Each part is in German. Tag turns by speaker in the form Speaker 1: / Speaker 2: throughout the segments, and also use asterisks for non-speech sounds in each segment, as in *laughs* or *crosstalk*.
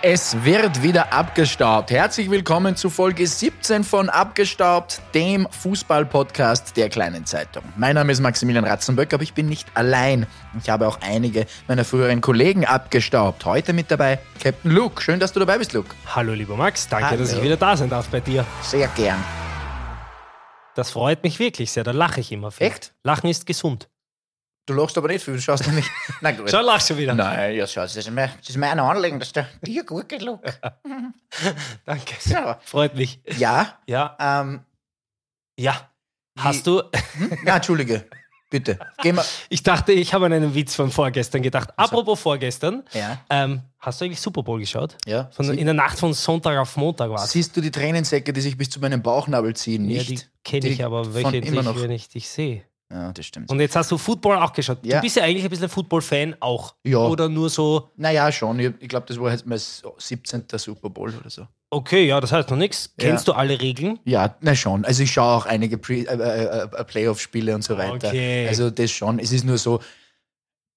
Speaker 1: Es wird wieder abgestaubt. Herzlich willkommen zu Folge 17 von Abgestaubt, dem Fußball-Podcast der kleinen Zeitung. Mein Name ist Maximilian Ratzenböck, aber ich bin nicht allein. Ich habe auch einige meiner früheren Kollegen abgestaubt. Heute mit dabei Captain Luke. Schön, dass du dabei bist, Luke.
Speaker 2: Hallo lieber Max, danke,
Speaker 1: Hallo.
Speaker 2: dass ich wieder da sein darf bei dir.
Speaker 1: Sehr gern.
Speaker 2: Das freut mich wirklich sehr, da lache ich immer viel.
Speaker 1: Echt?
Speaker 2: Lachen ist gesund.
Speaker 1: Du lachst aber nicht viel, du schaust *laughs* nämlich. Na gut.
Speaker 2: Schon lachst du wieder.
Speaker 1: Nein, ja, schau, das ist mir, das ist mir ein Anliegen, dass der dir gut geht, Luke.
Speaker 2: Danke.
Speaker 1: Ja,
Speaker 2: Freut mich.
Speaker 1: ja
Speaker 2: Ja,
Speaker 1: ähm,
Speaker 2: ja.
Speaker 1: Wie-
Speaker 2: Hast du, *laughs*
Speaker 1: na, entschuldige. Bitte. Geh mal.
Speaker 2: ich dachte, ich habe an einen Witz von vorgestern gedacht. Apropos vorgestern,
Speaker 1: Ja,
Speaker 2: ähm, hast du eigentlich Super Bowl geschaut?
Speaker 1: ja.
Speaker 2: Von, in der Nacht von Sonntag auf Montag war es.
Speaker 1: Siehst du die Tränensäcke, die sich bis zu meinem Bauchnabel ziehen?
Speaker 2: Ja,
Speaker 1: Nicht?
Speaker 2: die kenne ich
Speaker 1: Die
Speaker 2: aber
Speaker 1: von
Speaker 2: wöchentlich,
Speaker 1: immer noch.
Speaker 2: wenn ich dich sehe.
Speaker 1: Ja, das stimmt.
Speaker 2: Und jetzt hast du Football auch geschaut.
Speaker 1: Ja.
Speaker 2: Du bist ja eigentlich ein bisschen ein Football-Fan auch.
Speaker 1: Ja.
Speaker 2: Oder nur so,
Speaker 1: Naja, schon. Ich, ich glaube, das war jetzt mein 17. Super Bowl oder so.
Speaker 2: okay, ja, das heißt noch nichts.
Speaker 1: Ja.
Speaker 2: Kennst du alle Regeln?
Speaker 1: Ja, na schon. Also ich schaue auch einige Pre äh, äh, äh, Playoff-Spiele und so weiter.
Speaker 2: Ah, Okay.
Speaker 1: Also das schon. Es ist nur so,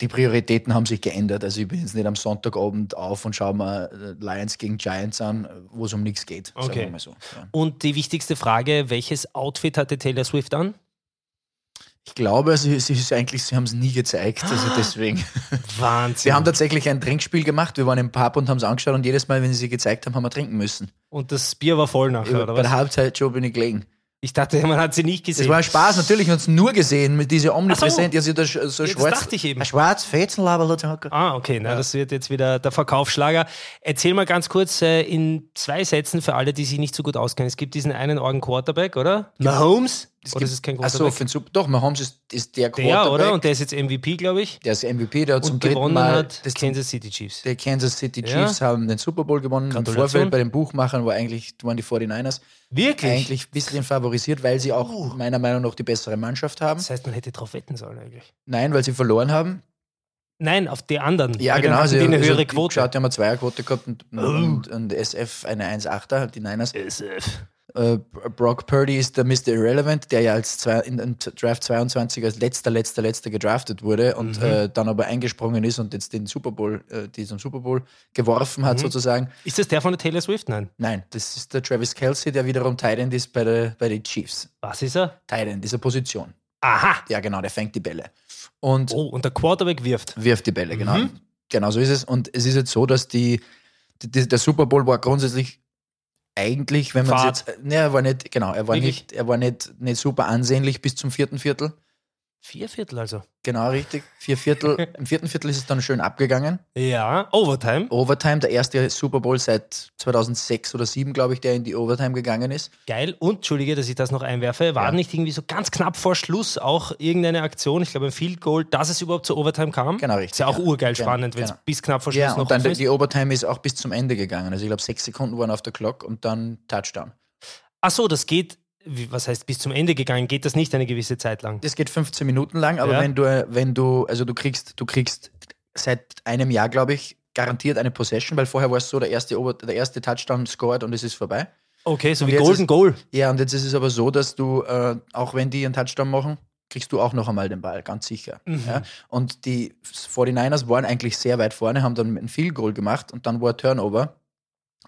Speaker 1: die Prioritäten haben sich geändert. Also ich bin jetzt nicht am Sonntagabend auf und schaue mir äh, Lions gegen Giants an, wo es um nichts geht. Sagen
Speaker 2: Okay.
Speaker 1: wir mal so. Ja.
Speaker 2: Und die wichtigste Frage, welches Outfit hatte Taylor Swift an?
Speaker 1: Ich glaube, also, es ist eigentlich, sie haben es nie gezeigt. Also
Speaker 2: Ah.
Speaker 1: deswegen.
Speaker 2: Wahnsinn.
Speaker 1: Wir haben tatsächlich ein Trinkspiel gemacht. Wir waren im Pub und haben es angeschaut und jedes Mal, wenn sie sie gezeigt haben, haben wir trinken müssen.
Speaker 2: und das Bier war voll nachher, oder
Speaker 1: Bei der
Speaker 2: was?
Speaker 1: Halbzeit schon bin ich gelegen.
Speaker 2: Ich dachte, man hat sie nicht gesehen.
Speaker 1: Das war ein Spaß, natürlich uns nur gesehen mit dieser Omnipräsent,
Speaker 2: Ach so.
Speaker 1: ja, sie da sch- so
Speaker 2: Jetzt
Speaker 1: schwarz.
Speaker 2: dachte ich eben.
Speaker 1: Ein schwarz Fetzenlaberl hat sie halt gehabt.
Speaker 2: ah, okay, na, das wird jetzt wieder der Verkaufsschlager. Erzähl mal ganz kurz äh, in zwei Sätzen für alle, die sich nicht so gut auskennen. Es gibt diesen einen Orgen Quarterback, oder? Mahomes?
Speaker 1: Es gibt-
Speaker 2: Oder oh, ist es kein
Speaker 1: Ach so,
Speaker 2: Quarterback?
Speaker 1: für den Super. Doch, Mahomes ist, ist der Quarterback.
Speaker 2: der, oder? Und der ist jetzt MVP, glaube ich.
Speaker 1: der ist MVP, der hat zum
Speaker 2: Und
Speaker 1: dritten
Speaker 2: gewonnen
Speaker 1: Mal
Speaker 2: hat
Speaker 1: das
Speaker 2: Kansas City Chiefs.
Speaker 1: Die Kansas City
Speaker 2: Ja.
Speaker 1: Chiefs haben den Super Bowl gewonnen. Im
Speaker 2: Gratulation.
Speaker 1: Vorfeld bei den Buchmachern war eigentlich, waren die 49ers
Speaker 2: Wirklich?
Speaker 1: eigentlich ein bisschen favorisiert, weil sie auch meiner Meinung nach die bessere Mannschaft haben.
Speaker 2: Das heißt, man hätte drauf wetten sollen eigentlich.
Speaker 1: Nein, weil sie verloren haben.
Speaker 2: Nein, auf die anderen.
Speaker 1: Ja,
Speaker 2: Weil dann
Speaker 1: genau.
Speaker 2: hatten
Speaker 1: Sie
Speaker 2: Die eine
Speaker 1: also
Speaker 2: höhere
Speaker 1: die
Speaker 2: Quote. Oh.
Speaker 1: Geschaut, die haben eine Zweierquote gehabt und, und, und SF eine 1,8er, die Niners. Äh, Brock Purdy ist der Mr. Irrelevant, der ja als zwei, in den Draft 22 als letzter, letzter, letzter gedraftet wurde und
Speaker 2: Mhm.
Speaker 1: äh, dann aber eingesprungen ist und jetzt den Super Bowl, äh, diesen Super Bowl geworfen
Speaker 2: Mhm.
Speaker 1: hat sozusagen.
Speaker 2: Ist das der von der Taylor Swift? Nein.
Speaker 1: Nein, das ist der Travis Kelsey, der wiederum Tight End ist bei, der, bei den Chiefs.
Speaker 2: Was ist er?
Speaker 1: Tight End, diese Position.
Speaker 2: Aha.
Speaker 1: Ja, genau, der fängt die Bälle. Und
Speaker 2: Oh, und der Quarterback wirft.
Speaker 1: wirft die Bälle, genau.
Speaker 2: Mhm.
Speaker 1: Genau so ist es. Und es ist jetzt so, dass die, die, die der Super Bowl war grundsätzlich eigentlich, wenn man
Speaker 2: Fad.
Speaker 1: jetzt, ne, er war nicht, genau, er war
Speaker 2: Wirklich?
Speaker 1: nicht, er war nicht, nicht super ansehnlich bis zum vierten Viertel.
Speaker 2: Vier Viertel also.
Speaker 1: Genau, richtig. Vier Viertel.
Speaker 2: *laughs*
Speaker 1: Im vierten Viertel ist es dann schön abgegangen.
Speaker 2: Ja, Overtime.
Speaker 1: Overtime, der erste Super Bowl seit 2006 oder 2007, glaube ich, der in die Overtime gegangen ist.
Speaker 2: Geil. Und, Entschuldige, dass ich das noch einwerfe, war
Speaker 1: Ja.
Speaker 2: nicht irgendwie so ganz knapp vor Schluss auch irgendeine Aktion, ich glaube ein Field Goal, dass es überhaupt zur Overtime kam?
Speaker 1: Genau, richtig.
Speaker 2: Ist ja auch urgeil
Speaker 1: Genau,
Speaker 2: spannend, wenn es
Speaker 1: genau.
Speaker 2: bis knapp vor Schluss
Speaker 1: Ja,
Speaker 2: noch
Speaker 1: und dann
Speaker 2: offen
Speaker 1: die,
Speaker 2: ist.
Speaker 1: die Overtime ist auch bis zum Ende gegangen. Also ich glaube, sechs Sekunden waren auf der Clock und dann Touchdown.
Speaker 2: Ach so, das geht, wie, was heißt bis zum Ende gegangen, geht das nicht eine gewisse Zeit lang?
Speaker 1: Das geht 15 Minuten lang, aber
Speaker 2: Ja.
Speaker 1: wenn du, wenn du, also du kriegst, du kriegst seit einem Jahr, glaube ich, garantiert eine Possession, weil vorher war es so, der erste, Ober der erste Touchdown scored und es ist vorbei.
Speaker 2: Okay, so
Speaker 1: Und
Speaker 2: wie
Speaker 1: jetzt
Speaker 2: Golden
Speaker 1: ist-
Speaker 2: Goal.
Speaker 1: Ja, und jetzt ist es aber so, dass du, äh, auch wenn die einen Touchdown machen, kriegst du auch noch einmal den Ball, ganz sicher. Ja? Und die 49ers waren eigentlich sehr weit vorne, haben dann ein Field Goal gemacht und dann war ein Turnover.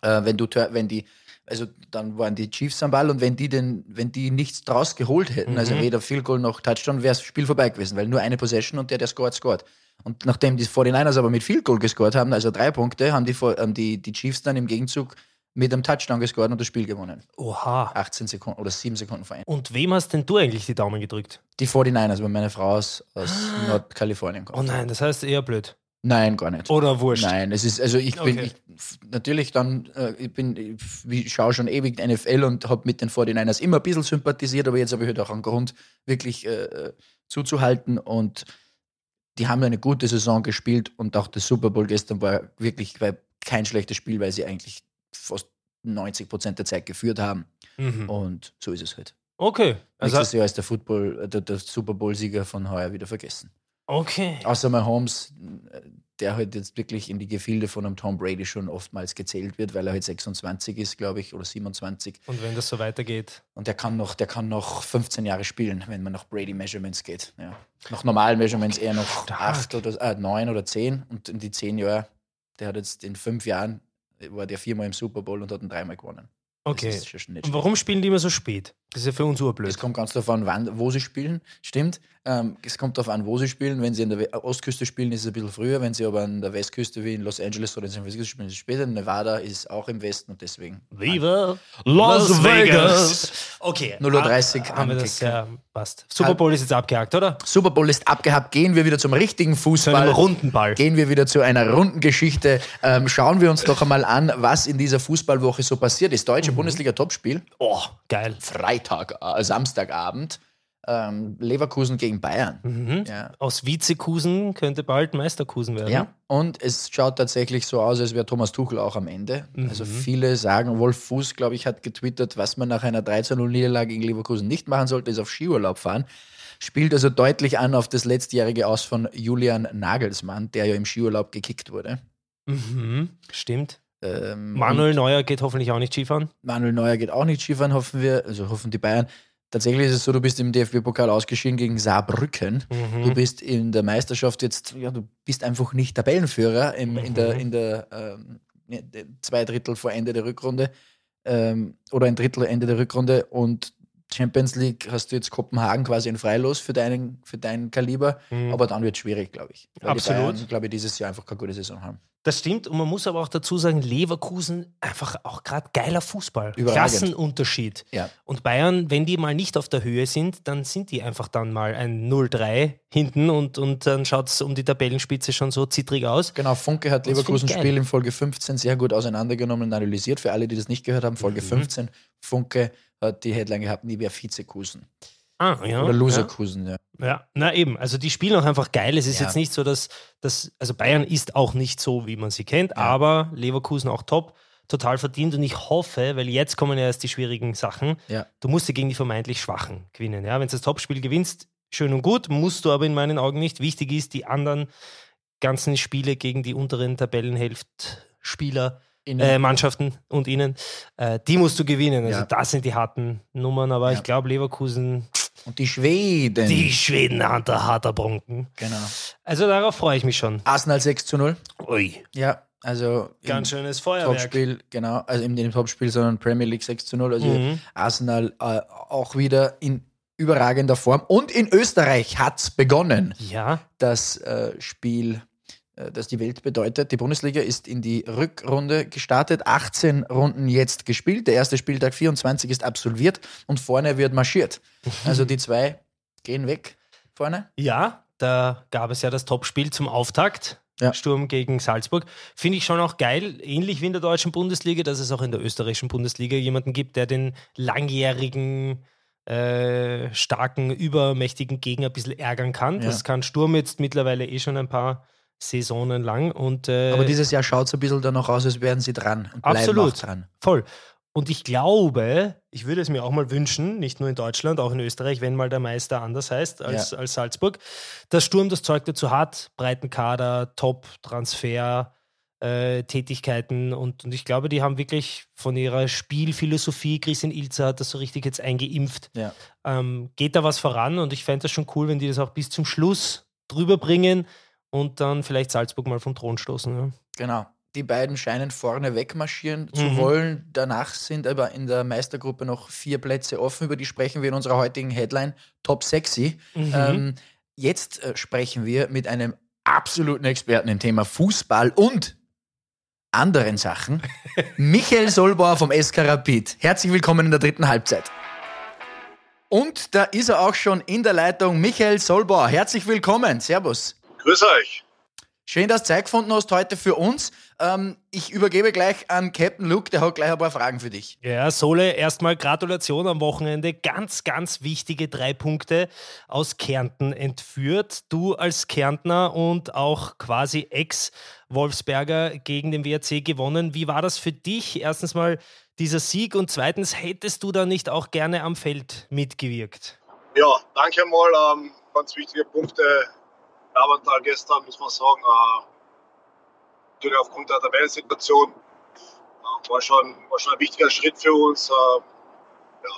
Speaker 1: Äh, wenn du, Tur- wenn die, also dann waren die Chiefs am Ball und wenn die den, wenn die nichts draus geholt hätten, also weder Field Goal noch Touchdown, wäre das Spiel vorbei gewesen, weil nur eine Possession und der, der scored, scored. Und nachdem die 49ers aber mit Field Goal gescored haben, also drei Punkte, haben die, Vor- haben die, die Chiefs dann im Gegenzug mit einem Touchdown gescored und das Spiel gewonnen.
Speaker 2: Oha.
Speaker 1: 18 Sekunden oder 7 Sekunden vor Ende.
Speaker 2: Und wem hast denn du eigentlich die Daumen gedrückt?
Speaker 1: Die 49ers, weil meine Frau aus, aus Nordkalifornien kommt.
Speaker 2: Ah. Oh nein, das heißt eher blöd.
Speaker 1: Nein, gar nicht.
Speaker 2: Oder wurscht.
Speaker 1: Nein, es ist, also ich bin
Speaker 2: Okay.
Speaker 1: ich, f- natürlich dann, äh, ich bin, ich- ich schaue schon ewig NFL und habe mit den 49ers immer ein bisschen sympathisiert, aber jetzt habe ich halt auch einen Grund, wirklich äh, äh, zuzuhalten und die haben eine gute Saison gespielt und auch der Super Bowl gestern war wirklich war kein schlechtes Spiel, weil sie eigentlich fast 90 Prozent der Zeit geführt haben
Speaker 2: Mhm.
Speaker 1: und so ist es halt.
Speaker 2: Okay. Also,
Speaker 1: Nächstes Jahr ist der, Football, äh, der, der Super Bowl-Sieger von heuer wieder vergessen.
Speaker 2: okay.
Speaker 1: Außer Mahomes, äh, der halt jetzt wirklich in die Gefilde von einem Tom Brady schon oftmals gezählt wird, weil er halt 26 ist, glaube ich, oder 27.
Speaker 2: Und wenn das so weitergeht,
Speaker 1: Und der kann noch, der kann noch 15 Jahre spielen, wenn man nach Brady Measurements geht. Ja. Nach normalen Measurements eher noch
Speaker 2: Stark.
Speaker 1: 8 oder äh, 9 oder 10. Und in die 10 Jahre, der hat jetzt in fünf Jahren war der viermal im Super Bowl und hat ihn dreimal gewonnen. Das
Speaker 2: Okay.
Speaker 1: ist schon nicht
Speaker 2: Und warum spielen die immer so spät? Das ist ja für uns
Speaker 1: Es
Speaker 2: urblöd.
Speaker 1: kommt ganz darauf an, wann, wo sie spielen, stimmt. Ähm, es kommt darauf an, wo sie spielen. Wenn sie an der We- Ostküste spielen, ist es ein bisschen früher. Wenn sie aber an der Westküste wie in Los Angeles oder in San Francisco spielen, ist es später. Nevada ist auch im Westen und deswegen.
Speaker 2: Viva
Speaker 1: Las Vegas.
Speaker 2: Okay.
Speaker 1: 0:30
Speaker 2: haben wir das,
Speaker 1: Ankicker.
Speaker 2: ja, passt. Super Bowl ist jetzt abgehakt, oder?
Speaker 1: Super Bowl ist abgehabt. Gehen wir wieder zum richtigen
Speaker 2: Zu einem
Speaker 1: Fußball.
Speaker 2: runden Ball.
Speaker 1: Gehen wir wieder zu einer runden Geschichte. Ähm, schauen wir uns doch einmal an, was in dieser Fußballwoche so passiert ist.
Speaker 2: Mhm.
Speaker 1: Deutsche Bundesliga-Topspiel.
Speaker 2: Oh, geil.
Speaker 1: Freitag, äh, Samstagabend. Ähm, Leverkusen gegen Bayern.
Speaker 2: Mhm.
Speaker 1: Ja.
Speaker 2: Aus Vizekusen könnte bald Meisterkusen werden.
Speaker 1: Ja, und es schaut tatsächlich so aus, als wäre Thomas Tuchel auch am Ende. Also viele sagen, Wolf Fuß, glaube ich, hat getwittert, was man nach einer 13-0-Niederlage gegen Leverkusen nicht machen sollte, ist auf Skiurlaub fahren. Spielt also deutlich an auf das letztjährige Aus von Julian Nagelsmann, der ja im Skiurlaub gekickt wurde.
Speaker 2: Mhm. Stimmt.
Speaker 1: Ähm,
Speaker 2: Manuel Neuer geht hoffentlich auch nicht Skifahren.
Speaker 1: Manuel Neuer geht auch nicht Skifahren, hoffen wir, also hoffen die Bayern. Tatsächlich ist es so, du bist im DFB-Pokal ausgeschieden gegen Saarbrücken.
Speaker 2: Mhm.
Speaker 1: Du bist in der Meisterschaft jetzt, ja, du bist einfach nicht Tabellenführer im, in
Speaker 2: Mhm.
Speaker 1: der, in der ähm, ja, de- zwei Drittel vor Ende der Rückrunde ähm, oder ein Drittel Ende der Rückrunde und Champions League hast du jetzt Kopenhagen quasi in Freilos für deinen, für deinen Kaliber,
Speaker 2: Mhm.
Speaker 1: aber dann wird es schwierig, glaube ich. Weil
Speaker 2: Absolut.
Speaker 1: Die Bayern, glaube ich, dieses Jahr einfach keine gute Saison haben.
Speaker 2: Das stimmt und man muss aber auch dazu sagen, Leverkusen einfach auch gerade geiler Fußball.
Speaker 1: Überragend.
Speaker 2: Klassenunterschied.
Speaker 1: Ja.
Speaker 2: Und Bayern, wenn die mal nicht auf der Höhe sind, dann sind die einfach dann mal ein 0-3 hinten und, und dann schaut es um die Tabellenspitze schon so zittrig aus.
Speaker 1: Genau, Funke hat
Speaker 2: Das
Speaker 1: Leverkusens
Speaker 2: finde ich
Speaker 1: Spiel in Folge 15 sehr gut auseinandergenommen und analysiert. Für alle, die das nicht gehört haben, Folge
Speaker 2: Mhm.
Speaker 1: 15, Funke hat die Headline gehabt, nie mehr Vizekusen.
Speaker 2: Ah, ja.
Speaker 1: Oder Loserkusen, ja.
Speaker 2: Ja. ja, na eben. Also die spielen auch einfach geil. Es ist
Speaker 1: Ja.
Speaker 2: jetzt nicht so, dass, dass, also Bayern ist auch nicht so, wie man sie kennt, aber Leverkusen auch top. Total verdient und ich hoffe, weil jetzt kommen ja erst die schwierigen Sachen,
Speaker 1: ja.
Speaker 2: du musst ja gegen die vermeintlich Schwachen gewinnen. Ja? Wenn du das Topspiel gewinnst, schön und gut, musst du aber in meinen Augen nicht. Wichtig ist, die anderen ganzen Spiele gegen die unteren Tabellenhälft-Spieler,
Speaker 1: In
Speaker 2: äh, Mannschaften und ihnen, äh, die musst du gewinnen. Also
Speaker 1: Ja.
Speaker 2: das sind die harten Nummern, aber
Speaker 1: Ja.
Speaker 2: ich glaube, Leverkusen,
Speaker 1: Und die Schweden.
Speaker 2: die Schweden haben da harter Brunken.
Speaker 1: Genau.
Speaker 2: Also darauf freue ich mich schon.
Speaker 1: Arsenal 6 zu 0.
Speaker 2: Ui,
Speaker 1: Ja, also
Speaker 2: ganz schönes
Speaker 1: im
Speaker 2: Feuerwerk.
Speaker 1: Topspiel, genau, also nicht im Topspiel, sondern Premier League 6 zu 0. Also
Speaker 2: Mhm.
Speaker 1: Arsenal äh, auch wieder in überragender Form. Und in Österreich hat es begonnen.
Speaker 2: Ja,
Speaker 1: das äh, Spiel, äh, das die Welt bedeutet. Die Bundesliga ist in die Rückrunde gestartet, 18 Runden jetzt gespielt. Der erste Spieltag 24 ist absolviert und vorne wird marschiert. Also die zwei gehen weg vorne.
Speaker 2: Ja, da gab es ja das Topspiel zum Auftakt.
Speaker 1: Ja.
Speaker 2: Sturm gegen Salzburg. Finde ich schon auch geil, ähnlich wie in der deutschen Bundesliga, dass es auch in der österreichischen Bundesliga jemanden gibt, der den langjährigen, äh, starken, übermächtigen Gegner ein bisschen ärgern kann.
Speaker 1: Ja.
Speaker 2: Das kann Sturm jetzt mittlerweile eh schon ein paar Saisonen lang. Und, äh,
Speaker 1: Aber dieses Jahr schaut es ein bisschen danach aus, als wären sie dran und bleiben
Speaker 2: Absolut.
Speaker 1: auch dran.
Speaker 2: Voll. Und ich glaube, ich würde es mir auch mal wünschen, nicht nur in Deutschland, auch in Österreich, wenn mal der Meister anders heißt als, als Salzburg, dass Sturm das Zeug dazu hat, breiten Kader, Top-Transfer, äh, Tätigkeiten und, und ich glaube, die haben wirklich von ihrer Spielphilosophie, Christian Ilzer hat das so richtig jetzt eingeimpft,
Speaker 1: Ja.
Speaker 2: ähm, geht da was voran und ich fände das schon cool, wenn die das auch bis zum Schluss drüber bringen und dann vielleicht Salzburg mal vom Thron stoßen. Ja.
Speaker 1: Genau. Die beiden scheinen vorne wegmarschieren zu
Speaker 2: Mhm.
Speaker 1: wollen. Danach sind aber in der Meistergruppe noch vier Plätze offen. Über die sprechen wir in unserer heutigen Headline Top Sexy.
Speaker 2: Mhm.
Speaker 1: Ähm, jetzt äh, sprechen wir mit einem absoluten Experten im Thema Fußball und anderen Sachen. Michael Solbauer vom SK Rapid. Herzlich willkommen in der dritten Halbzeit. Und da ist er auch schon in der Leitung. Michael Solbauer, herzlich willkommen. Servus.
Speaker 3: Grüß euch.
Speaker 1: Schön, dass du Zeit gefunden hast heute für uns. Ähm, ich übergebe gleich an Captain Luke, der hat gleich ein paar Fragen für dich.
Speaker 2: Ja, Sole, erstmal Gratulation am Wochenende. Ganz, ganz wichtige drei Punkte aus Kärnten entführt. Du als Kärntner und auch quasi Ex-Wolfsberger gegen den WRC gewonnen. Wie war das für dich? Erstens mal dieser Sieg und zweitens, hättest du da nicht auch gerne am Feld mitgewirkt?
Speaker 3: Ja, danke mal. Ähm, ganz wichtige Punkte. Labertal gestern, muss man sagen. Äh, natürlich aufgrund der Tabellensituation äh, war, schon, war schon ein wichtiger Schritt für uns. Äh, ja,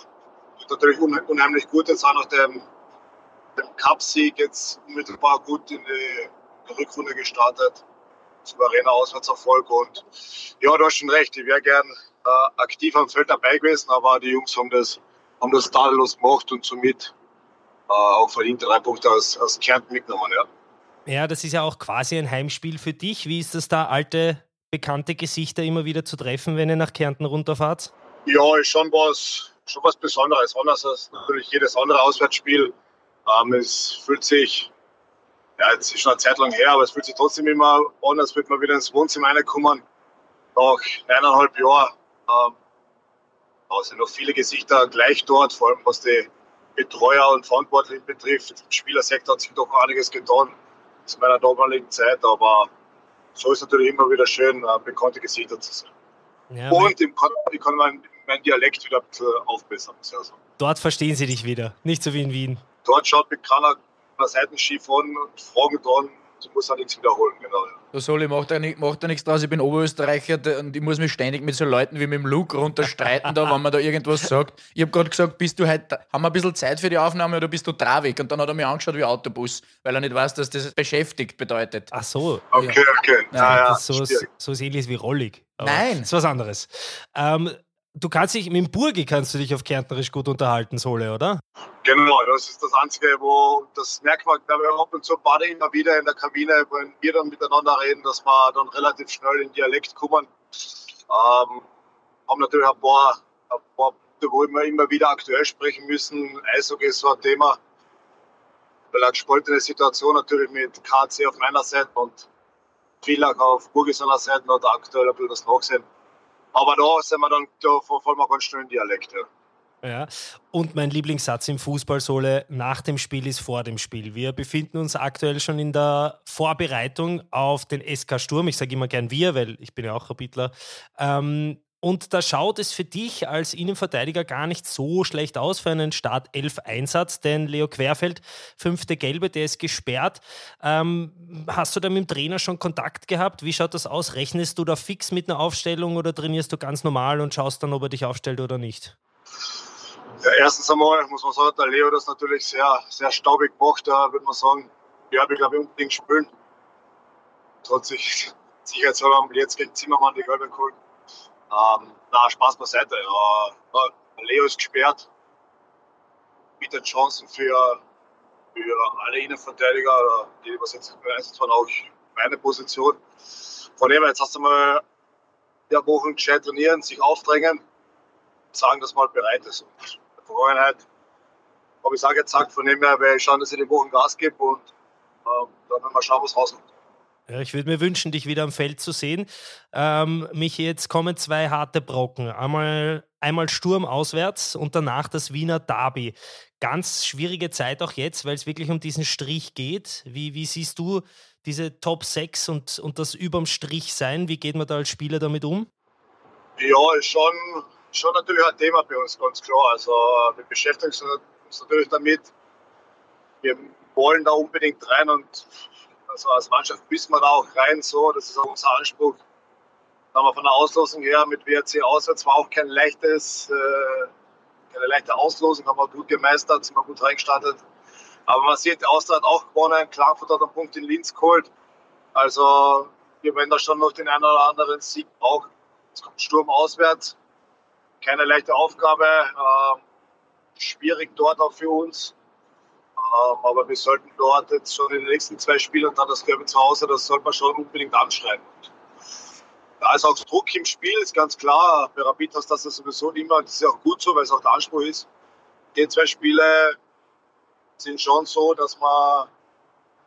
Speaker 3: tut natürlich unhe unheimlich gut jetzt auch nach dem, dem Cup-Sieg jetzt unmittelbar gut in die Rückrunde gestartet. souveräner Auswärtserfolg. Und ja, du hast schon recht, ich wäre gern äh, aktiv am Feld dabei gewesen, aber die Jungs haben das, haben das tadellos gemacht und somit äh, auch verdient drei Punkte aus, aus Kärnten mitgenommen. Ja.
Speaker 2: Ja, das ist ja auch quasi ein Heimspiel für dich. Wie ist es da, alte, bekannte Gesichter immer wieder zu treffen, wenn ihr nach Kärnten runterfahrt?
Speaker 3: Ja, ist schon was, schon was Besonderes. Anders als natürlich jedes andere Auswärtsspiel. Ähm, es fühlt sich, ja, jetzt ist schon eine Zeit lang her, aber es fühlt sich trotzdem immer an, als würde man wieder ins Wohnzimmer reinkommen. Nach eineinhalb Jahren. Ähm, aber es sind noch viele Gesichter gleich dort, vor allem was die Betreuer und Verantwortlichen betrifft. Im Spielersektor hat sich doch einiges getan zu meiner damaligen Zeit, aber so ist natürlich immer wieder schön, äh, bekannte Gesichter zu sehen.
Speaker 2: Ja,
Speaker 3: Und im Kon ich kann meinen mein Dialekt wieder ein bisschen aufbessern. muss ich Also,
Speaker 2: dort verstehen sie dich wieder. Nicht so wie in Wien.
Speaker 3: dort schaut mit keiner keiner Seitenschiff an und Fragen dran, sie muss auch nichts wiederholen. Genau.
Speaker 1: Der Soli macht da ni- macht da nichts draus. Ich bin Oberösterreicher der- und ich muss mich ständig mit so Leuten wie mit dem Luke runterstreiten, da, wenn man da irgendwas sagt. Ich habe gerade gesagt, bist du heute, haben wir ein bisschen Zeit für die Aufnahme oder bist du traurig? Und dann hat er mich angeschaut wie Autobus, weil er nicht weiß, dass das beschäftigt bedeutet.
Speaker 2: Ach so.
Speaker 3: Okay, okay. Ah, Ja, ja,
Speaker 2: das ist so,
Speaker 3: schwierig.
Speaker 2: so ist ähnlich wie Rollig. Aber
Speaker 1: Nein.
Speaker 2: Ist was anderes. Ähm, du kannst dich, mit dem Burgi kannst du dich auf Kärntnerisch gut unterhalten, Sole, oder?
Speaker 3: Genau, das ist das Einzige, wo das merkt man, glaube ich, ab und zu beide immer wieder in der Kabine, wenn wir dann miteinander reden, dass wir dann relativ schnell in Dialekt kommen. Ähm, haben natürlich ein paar, ein paar Punkte, wo wir immer wieder aktuell sprechen müssen. Eishockey ist so ein Thema. Weil eine gespaltene Situation natürlich mit KC auf meiner Seite und Villach auf Burgis seiner Seite und aktuell ein bisschen das Nachsehen. Aber da sind wir dann, da verfolgen wir ganz schnell in Dialekt. Ja.
Speaker 2: Ja. Und mein Lieblingssatz im Fußball, Sole, nach dem Spiel ist vor dem Spiel. Wir befinden uns aktuell schon in der Vorbereitung auf den SK Sturm. Ich sage immer gern wir, weil ich bin ja auch Kapitler. Ähm, und da schaut es für dich als Innenverteidiger gar nicht so schlecht aus für einen Start-11-Einsatz, denn Leo Querfeld, fünfte Gelbe, der ist gesperrt. Ähm, hast du da mit dem Trainer schon Kontakt gehabt? Wie schaut das aus? Rechnest du da fix mit einer Aufstellung oder trainierst du ganz normal und schaust dann, ob er dich aufstellt oder nicht?
Speaker 3: Ja, erstens einmal muss man sagen, der Leo hat das natürlich sehr, sehr staubig gemacht, da würde man sagen, ja, ich glaube, ich unbedingt spielen. Trotz sich- sicherheitshalber haben wir jetzt gegen Zimmermann die Gelbe geholt. Ähm, na, Spaß beiseite. Ja, na, der Leo ist gesperrt. Bietet Chancen für, für alle Innenverteidiger, oder die, was jetzt meistens waren, auch meine Position. Von dem her, jetzt hast du mal ja, Wochen gescheit trainieren, sich aufdrängen sagen, dass man halt bereit ist. Und in der Vergangenheit habe ich es auch gesagt, von dem her werde ich schauen, dass ich die Wochen Gas gebe und ähm, dann werden wir schauen, was rauskommt.
Speaker 2: Ja, ich würde mir wünschen, dich wieder am Feld zu sehen. Ähm, Michi, jetzt kommen zwei harte Brocken. Einmal, einmal Sturm auswärts und danach das Wiener Derby. Ganz schwierige Zeit auch jetzt, weil es wirklich um diesen Strich geht. Wie, wie siehst du diese Top 6 und, und das überm Strich sein? Wie geht man da als Spieler damit um?
Speaker 3: Ja, ist schon, schon natürlich ein Thema bei uns, ganz klar. Also äh, wir beschäftigen uns natürlich damit. Wir wollen da unbedingt rein und also als Mannschaft müssen wir da auch rein, so, das ist auch unser Anspruch. Da haben wir von der Auslosung her mit WRC auswärts war auch kein leichtes, äh, keine leichte Auslosung, haben wir gut gemeistert, sind wir gut reingestartet. Aber man sieht, Austria hat auch gewonnen, Klagenfurt hat einen Punkt in Linz geholt. Also wir werden da schon noch den einen oder anderen Sieg brauchen. Es kommt Sturm auswärts. Keine leichte Aufgabe. ähm, schwierig dort auch für uns. Ähm, aber wir sollten dort jetzt schon in den nächsten zwei Spielen und dann das Derby zu Hause, das sollte man schon unbedingt anschreiben. Da ist auch Druck im Spiel, ist ganz klar. Bei Rapitas, das ist sowieso immer, das ist ja auch gut so, weil es auch der Anspruch ist. Die zwei Spiele sind schon so, dass man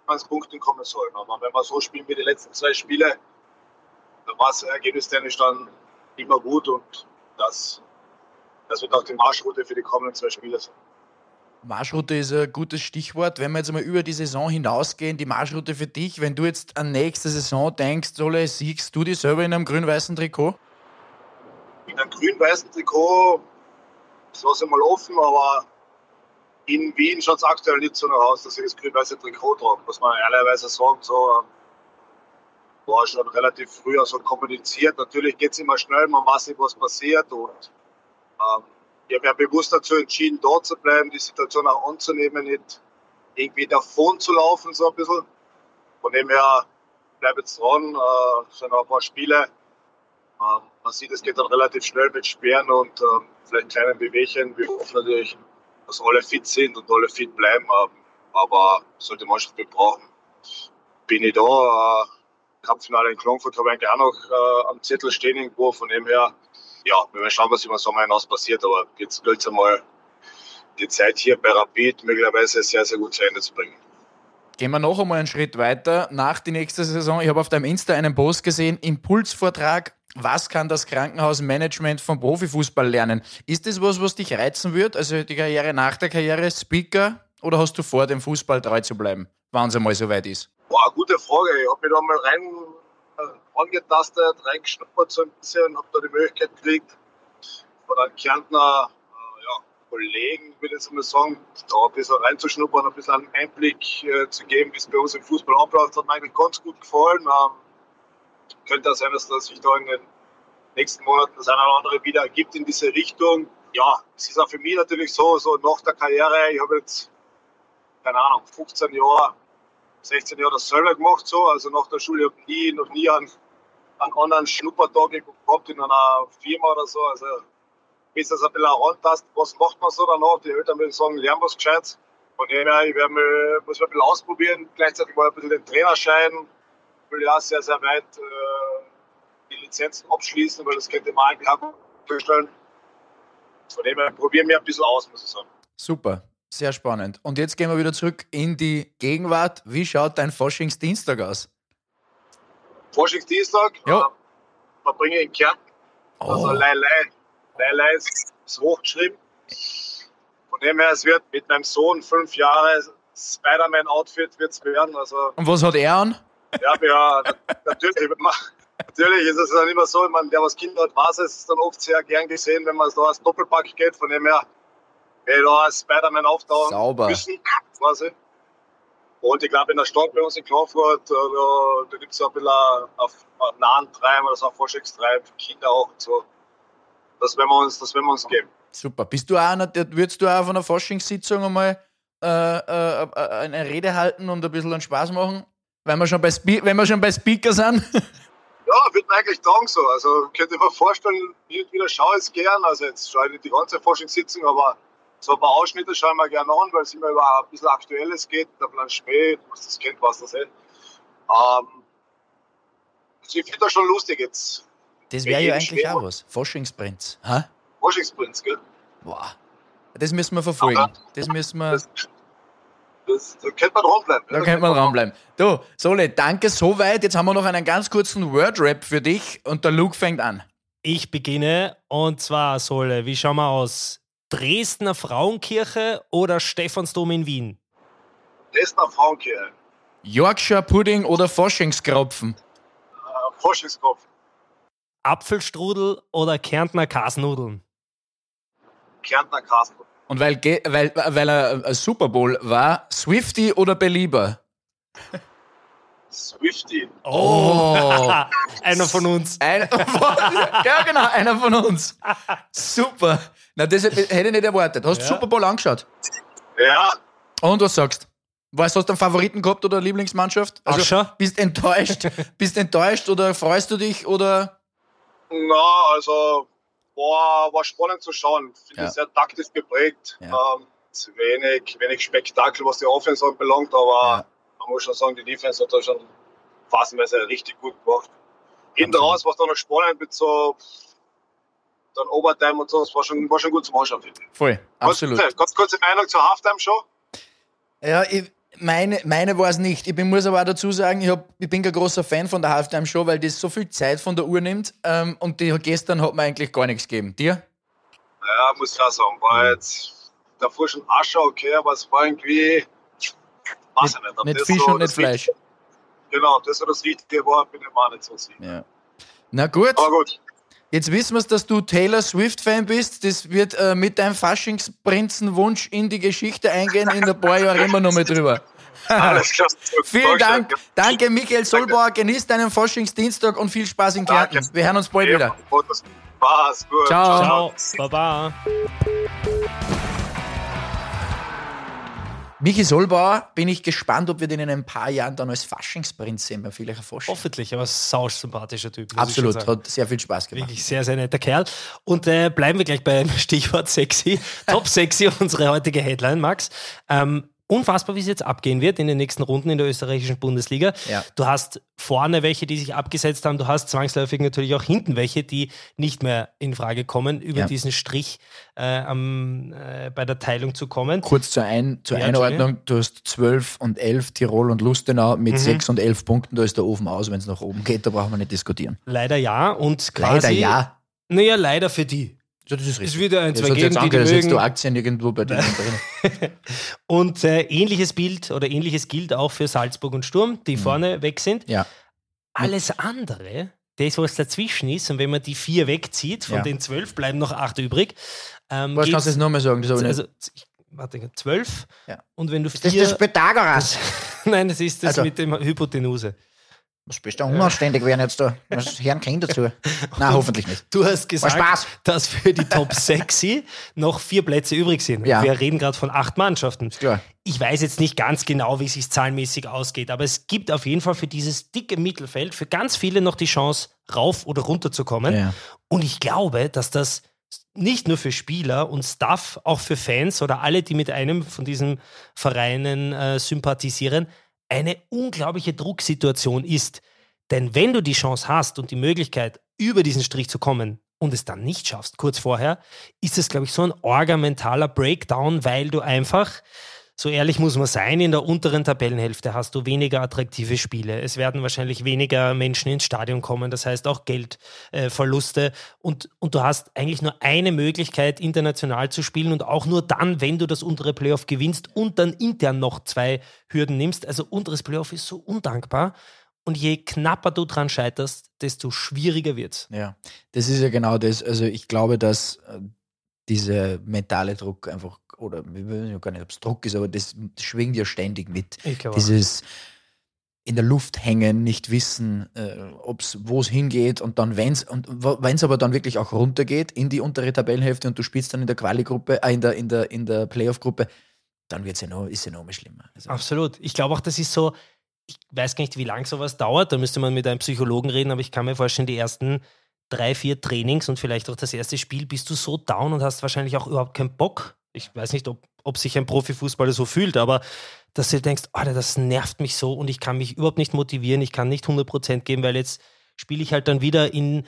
Speaker 3: ans Punkten kommen soll. Aber wenn man so spielen wie die letzten zwei Spiele, dann war es ergebnistechnisch dann immer gut und das, das wird auch die Marschroute für die kommenden zwei Spiele sein.
Speaker 1: Marschroute ist ein gutes Stichwort. Wenn wir jetzt mal über die Saison hinausgehen, die Marschroute für dich, wenn du jetzt an nächste Saison denkst, Sole, siegst du dich selber in einem grün-weißen Trikot?
Speaker 3: In einem grün-weißen Trikot, das lasse ich mal offen, aber in Wien schaut es aktuell nicht so nach aus, dass ich das grün-weiße Trikot trage, muss man ehrlicherweise sagen. So, ähm, war schon relativ früh auch so kommuniziert. Natürlich geht es immer schnell, man weiß nicht, was passiert. Und, ähm, ich habe ja bewusst dazu entschieden, dort zu bleiben, die Situation auch anzunehmen, nicht irgendwie davon zu laufen, so ein bisschen. Von dem her bleibe jetzt dran, äh, es sind noch ein paar Spiele. Ähm, man sieht, es geht dann relativ schnell mit Sperren und ähm, vielleicht kleinen Bewegchen. Wir hoffen natürlich, dass alle fit sind und alle fit bleiben. Ähm, aber sollte Mannschaft brauchen, bin ich da. Äh, Cupfinale in Klagenfurt habe ich eigentlich auch noch äh, am Zettel stehen irgendwo. Von dem her, ja, wir werden schauen, was über den Sommer hinaus passiert. Aber jetzt gilt es einmal, die Zeit hier bei Rapid möglicherweise sehr, sehr gut zu Ende zu bringen.
Speaker 1: Gehen wir noch einmal einen Schritt weiter nach die nächste Saison. Ich habe auf deinem Insta einen Post gesehen, Impulsvortrag. Was kann das Krankenhausmanagement vom Profifußball lernen? Ist das was, was dich reizen wird? Also die Karriere nach der Karriere, Speaker? Oder hast du vor, dem Fußball treu zu bleiben, wann es einmal soweit ist?
Speaker 3: Boah, gute Frage. Ich habe mich da mal rein äh, angetastet, reingeschnuppert so ein bisschen, habe da die Möglichkeit gekriegt, von einem Kärntner äh, ja, Kollegen, will ich jetzt mal sagen, da ein bisschen reinzuschnuppern, ein bisschen einen Einblick äh, zu geben, wie es bei uns im Fußball abläuft. Hat mir eigentlich ganz gut gefallen. Ähm, könnte auch sein, dass das sich da in den nächsten Monaten das eine oder andere wieder ergibt in diese Richtung. Ja, es ist auch für mich natürlich so, so nach der Karriere, ich habe jetzt, keine Ahnung, 15 Jahre 16 Jahre das selber gemacht, so. Also nach der Schule habe ich nie, noch nie einen, einen anderen Schnuppertag gehabt in einer Firma oder so. Also bis das ein bisschen herantasten, was macht man so danach? Die Eltern würden sagen, lernen was gescheit. Von dem her, ich werde mich, muss mich ein bisschen ausprobieren, gleichzeitig mal ein bisschen den Trainerschein. Ich will ja sehr, sehr weit äh, die Lizenzen abschließen, weil das könnte man eigentlich auch vorstellen. Von dem her, probieren wir ein bisschen aus, muss ich sagen.
Speaker 1: Super. Sehr spannend. Und jetzt gehen wir wieder zurück in die Gegenwart. Wie schaut dein Forschungsdienstag aus?
Speaker 3: Forschungsdienstag
Speaker 1: Ja.
Speaker 3: äh, verbringe ich in Kärnten. Also
Speaker 1: Oh,
Speaker 3: Leilei. Leilei ist, ist hochgeschrieben. Von dem her, es wird mit meinem Sohn fünf Jahre Spider-Man-Outfit wird es werden. Also
Speaker 1: und was hat er an?
Speaker 3: ja, ja na- natürlich, wenn man- natürlich ist es dann immer so, ich meine, der was Kinder hat, weiß es, ist dann oft sehr gern gesehen, wenn man da als Doppelpack geht. Von dem her, werde ich da als Spider-Man auftauchen
Speaker 1: Sauber.
Speaker 3: müssen, quasi. Und ich glaube, in der Stadt bei uns in Klagenfurt, äh, da, da gibt es ja ein bisschen ein- ein ein nahen Treiben oder so ein Forschungstreiben für Kinder auch und so. Das werden wir uns, das werden wir uns geben.
Speaker 1: Super. Bist du auch einer, der, würdest du auch von einer Forschungssitzung einmal äh, äh, äh, eine Rede halten und ein bisschen einen Spaß machen? Wenn wir schon bei, Spe wenn wir schon bei Speaker sind?
Speaker 3: Ja, wird mir eigentlich taugen so. Also könnt ihr mir vorstellen, hin und wieder schaue ich es gern. Also jetzt schaue ich nicht die ganze Forschungssitzung, aber so ein paar Ausschnitte schauen wir gerne an, weil es immer über ein bisschen Aktuelles geht. Der Plan Schmäh, was das kennt, was das eh. ist. Ähm, also ich finde das schon lustig jetzt.
Speaker 1: *laughs* Das
Speaker 3: Ja,
Speaker 1: wäre ja
Speaker 3: jeden
Speaker 1: eigentlich auch
Speaker 3: Schwerpunkt.
Speaker 1: was. Forschungsprinz. Ha?
Speaker 3: Forschungsprinz, gell?
Speaker 1: Boah. Das müssen wir verfolgen.
Speaker 3: Aber-
Speaker 1: Das müssen wir.
Speaker 3: Das, das, da könnte man ne? dranbleiben.
Speaker 1: Da könnte man dranbleiben. Du, Sole, danke soweit. Jetzt haben wir noch einen ganz kurzen Word-Rap für dich und der Luke fängt an.
Speaker 2: Ich beginne und zwar, Solle, wie schauen wir aus? Dresdner Frauenkirche oder Stephansdom in Wien?
Speaker 3: Dresdner Frauenkirche,
Speaker 1: Yorkshire Pudding oder Forschungskropfen?
Speaker 3: äh, Forschungskopf,
Speaker 2: Apfelstrudel oder Kärntner Kasnudeln?
Speaker 3: Kärntner Castle,
Speaker 1: Und weil, ge- weil, weil er äh, Super Bowl war, Swifty oder Belieber?
Speaker 3: Swifty,
Speaker 1: *laughs* Oh.
Speaker 2: Einer von uns.
Speaker 1: Ein, *laughs* ja, genau, einer von uns. Super. Na, das hätte ich nicht erwartet. Hast du
Speaker 2: Ja.
Speaker 1: Super Bowl angeschaut?
Speaker 3: ja,
Speaker 1: Und was sagst Weißt du, hast du einen Favoriten gehabt oder Lieblingsmannschaft? Also,
Speaker 2: Ach schon.
Speaker 1: bist enttäuscht? bist enttäuscht oder freust du dich oder
Speaker 3: na, also war, war spannend zu schauen. Finde
Speaker 1: Ja.
Speaker 3: ich sehr taktisch geprägt.
Speaker 1: Ja.
Speaker 3: Ähm, zu wenig, wenig Spektakel, was die Offense anbelangt, aber
Speaker 1: Ja.
Speaker 3: man muss schon sagen, die Defense hat da schon phasenweise richtig gut gemacht. Hinten
Speaker 1: Absolut.
Speaker 3: raus war es dann noch spannend mit so dann Overtime und so, das war schon, war schon gut zum Anschauen, finde ich.
Speaker 1: Voll, absolut.
Speaker 3: Kurze, ganz kurze Meinung zur Halftime-Show.
Speaker 1: Ja, ich, meine, meine war es nicht. Ich bin, muss aber auch dazu sagen, ich, hab, ich bin kein großer Fan von der Halftime-Show, weil das so viel Zeit von der Uhr nimmt ähm, und die gestern hat mir eigentlich gar nichts gegeben. Dir?
Speaker 3: Ja, muss ich auch sagen. War jetzt davor schon Asche, okay, aber es war irgendwie. Weiß ich nicht. ob
Speaker 1: Nicht
Speaker 3: das
Speaker 1: Fisch
Speaker 3: so
Speaker 1: und nicht
Speaker 3: das
Speaker 1: Fleisch.
Speaker 3: Richtige- Genau, ob das so das Richtige war, bin ich mir auch nicht so sicher.
Speaker 1: Ja. Na gut,
Speaker 3: Aber
Speaker 1: *laughs*
Speaker 3: gut,
Speaker 1: jetzt wissen wir es, dass du Taylor Swift-Fan bist. Das wird äh, mit deinem Faschingsprinzenwunsch in die Geschichte eingehen. In ein paar Jahren immer noch mal drüber.
Speaker 3: alles klar.
Speaker 1: Vielen Dank. Danke, Michael Solbauer. Genieß deinen Faschingsdienstag und viel Spaß in
Speaker 3: Danke.
Speaker 1: Kärnten. Wir hören uns bald wieder.
Speaker 3: Spaß, gut.
Speaker 1: Ciao.
Speaker 2: Ciao. Baba.
Speaker 1: Michi Solbauer, bin ich gespannt, ob wir den in ein paar Jahren dann als Faschingsprinz sehen beim Villacher Forschung.
Speaker 2: Hoffentlich, aber sausympathischer Typ. muss ich schon
Speaker 1: Absolut,
Speaker 2: sagen.
Speaker 1: hat sehr viel Spaß gemacht.
Speaker 2: Wirklich sehr, sehr netter Kerl. Und äh, bleiben wir gleich beim *laughs* Stichwort sexy. Top sexy, unsere heutige Headline, Max. Ähm, unfassbar, wie es jetzt abgehen wird in den nächsten Runden in der österreichischen Bundesliga.
Speaker 1: Ja.
Speaker 2: Du hast vorne welche, die sich abgesetzt haben. Du hast zwangsläufig natürlich auch hinten welche, die nicht mehr in Frage kommen, über
Speaker 1: Ja.
Speaker 2: diesen Strich äh, am, äh, bei der Teilung zu kommen.
Speaker 1: Kurz zur, ein, zur
Speaker 2: Ja,
Speaker 1: Einordnung, du hast 12 und 11 Tirol und Lustenau mit
Speaker 2: Mhm.
Speaker 1: 6 und 11 Punkten, da ist der Ofen aus, wenn es nach oben geht, da brauchen wir nicht diskutieren.
Speaker 2: Leider ja. Und quasi,
Speaker 1: Leider ja.
Speaker 2: Naja, leider für die.
Speaker 1: So, das ist
Speaker 2: Es
Speaker 1: richtig.
Speaker 2: wird ja ein,
Speaker 1: Das
Speaker 2: zwei
Speaker 1: hat
Speaker 2: geben,
Speaker 1: jetzt
Speaker 2: die, die
Speaker 1: angehört, dass jetzt du
Speaker 2: mögen.
Speaker 1: Aktien irgendwo bei genau. denen drin.
Speaker 2: Und äh, ähnliches Bild oder ähnliches gilt auch für Salzburg und Sturm, die vorne weg sind.
Speaker 1: Mhm. Ja.
Speaker 2: Alles andere, das, was dazwischen ist, und wenn man die vier wegzieht, von
Speaker 1: Ja.
Speaker 2: den zwölf bleiben noch acht übrig.
Speaker 1: Was
Speaker 2: Ähm,
Speaker 1: kannst du
Speaker 2: geht's-
Speaker 1: jetzt nur mal sagen? Das habe ich
Speaker 2: also, ich, warte, zwölf.
Speaker 1: Ja.
Speaker 2: Und wenn du vier. Also,
Speaker 1: nicht. Pythagoras.
Speaker 2: *laughs* nein, das ist das
Speaker 1: Also-
Speaker 2: mit dem Hypotenuse.
Speaker 1: Was bist du unanständig werden jetzt da? Was hören Kinder
Speaker 2: *laughs*
Speaker 1: dazu? Nein, hoffentlich nicht.
Speaker 2: Du hast gesagt,
Speaker 1: Spaß.
Speaker 2: dass für die
Speaker 1: *laughs*
Speaker 2: Top Sexy noch vier Plätze übrig sind.
Speaker 1: Ja.
Speaker 2: Wir reden gerade von acht Mannschaften.
Speaker 1: Klar.
Speaker 2: Ich weiß jetzt nicht ganz genau, wie es sich zahlenmäßig ausgeht, aber es gibt auf jeden Fall für dieses dicke Mittelfeld für ganz viele noch die Chance, rauf oder runter zu kommen.
Speaker 1: Ja.
Speaker 2: Und ich glaube, dass das nicht nur für Spieler und Staff, auch für Fans oder alle, die mit einem von diesen Vereinen äh, sympathisieren, eine unglaubliche Drucksituation ist. Denn wenn du die Chance hast und die Möglichkeit, über diesen Strich zu kommen und es dann nicht schaffst, kurz vorher, ist es, glaube ich, so ein orgamentaler Breakdown, weil du einfach, so ehrlich muss man sein, in der unteren Tabellenhälfte hast du weniger attraktive Spiele. Es werden wahrscheinlich weniger Menschen ins Stadion kommen, das heißt auch Geldverluste. Äh, Verluste. und, und du hast eigentlich nur eine Möglichkeit, international zu spielen und auch nur dann, wenn du das untere Playoff gewinnst und dann intern noch zwei Hürden nimmst. Also unteres Playoff ist so undankbar. Und je knapper du dran scheiterst, desto schwieriger wird's.
Speaker 1: Ja, das ist ja genau das. Also ich glaube, dass äh, dieser mentale Druck einfach, oder wir wissen ja gar nicht, ob es Druck ist, aber das schwingt ja ständig mit.
Speaker 2: Ich glaube.
Speaker 1: Dieses in der Luft hängen, nicht wissen, äh, ob's, wo es hingeht und dann, wenn's und wenn es aber dann wirklich auch runtergeht in die untere Tabellenhälfte und du spielst dann in der Quali-Gruppe, äh, in der, in der, in der Playoff-Gruppe, dann wird's ja noch, ist ja noch mal schlimmer. Also,
Speaker 2: Absolut. Ich glaube auch, das ist so, ich weiß gar nicht, wie lang sowas dauert. Da müsste man mit einem Psychologen reden, aber ich kann mir vorstellen, die ersten drei, vier Trainings und vielleicht auch das erste Spiel bist du so down und hast wahrscheinlich auch überhaupt keinen Bock. Ich weiß nicht, ob, ob sich ein Profifußballer so fühlt, aber dass du denkst, Alter, das nervt mich so und ich kann mich überhaupt nicht motivieren, ich kann nicht 100% geben, weil jetzt spiele ich halt dann wieder in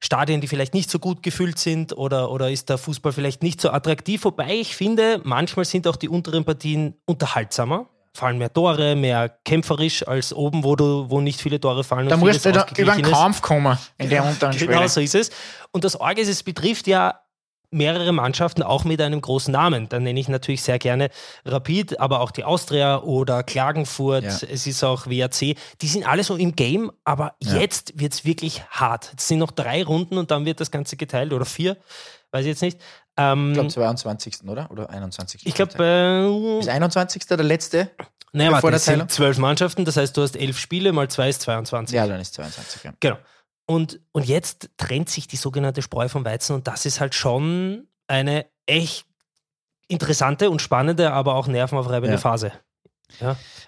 Speaker 2: Stadien, die vielleicht nicht so gut gefüllt sind oder, oder ist der Fußball vielleicht nicht so attraktiv. Wobei ich finde, manchmal sind auch die unteren Partien unterhaltsamer. Fallen mehr Tore, mehr kämpferisch als oben, wo, du, wo nicht viele Tore fallen. und
Speaker 1: da musst
Speaker 2: vieles
Speaker 1: du da über
Speaker 2: ausgeglichen
Speaker 1: den
Speaker 2: ist.
Speaker 1: Kampf kommen in der unteren
Speaker 2: Genau
Speaker 1: Schwelle.
Speaker 2: so ist es. Und das Org ist, es betrifft ja mehrere Mannschaften, auch mit einem großen Namen. Da nenne ich natürlich sehr gerne Rapid, aber auch die Austria oder Klagenfurt,
Speaker 1: Ja.
Speaker 2: es ist auch WAC. Die sind alle so im Game, aber
Speaker 1: Ja.
Speaker 2: jetzt wird es wirklich hart. Es sind noch drei Runden und dann wird das Ganze geteilt oder vier, weiß ich jetzt nicht. Ähm,
Speaker 1: Ich glaube 22. oder? Oder 21.
Speaker 2: ich glaube, äh,
Speaker 1: Bis 21. der letzte?
Speaker 2: naja,
Speaker 1: bevor
Speaker 2: warte,
Speaker 1: der
Speaker 2: es sind
Speaker 1: Teilung?
Speaker 2: zwölf Mannschaften, das heißt, du hast elf Spiele, mal zwei ist 22.
Speaker 1: Ja, dann ist 22. Ja.
Speaker 2: Genau. Und, und jetzt trennt sich die sogenannte Spreu vom Weizen und das ist halt schon eine echt interessante und spannende, aber auch nervenaufreibende
Speaker 1: Ja.
Speaker 2: Phase.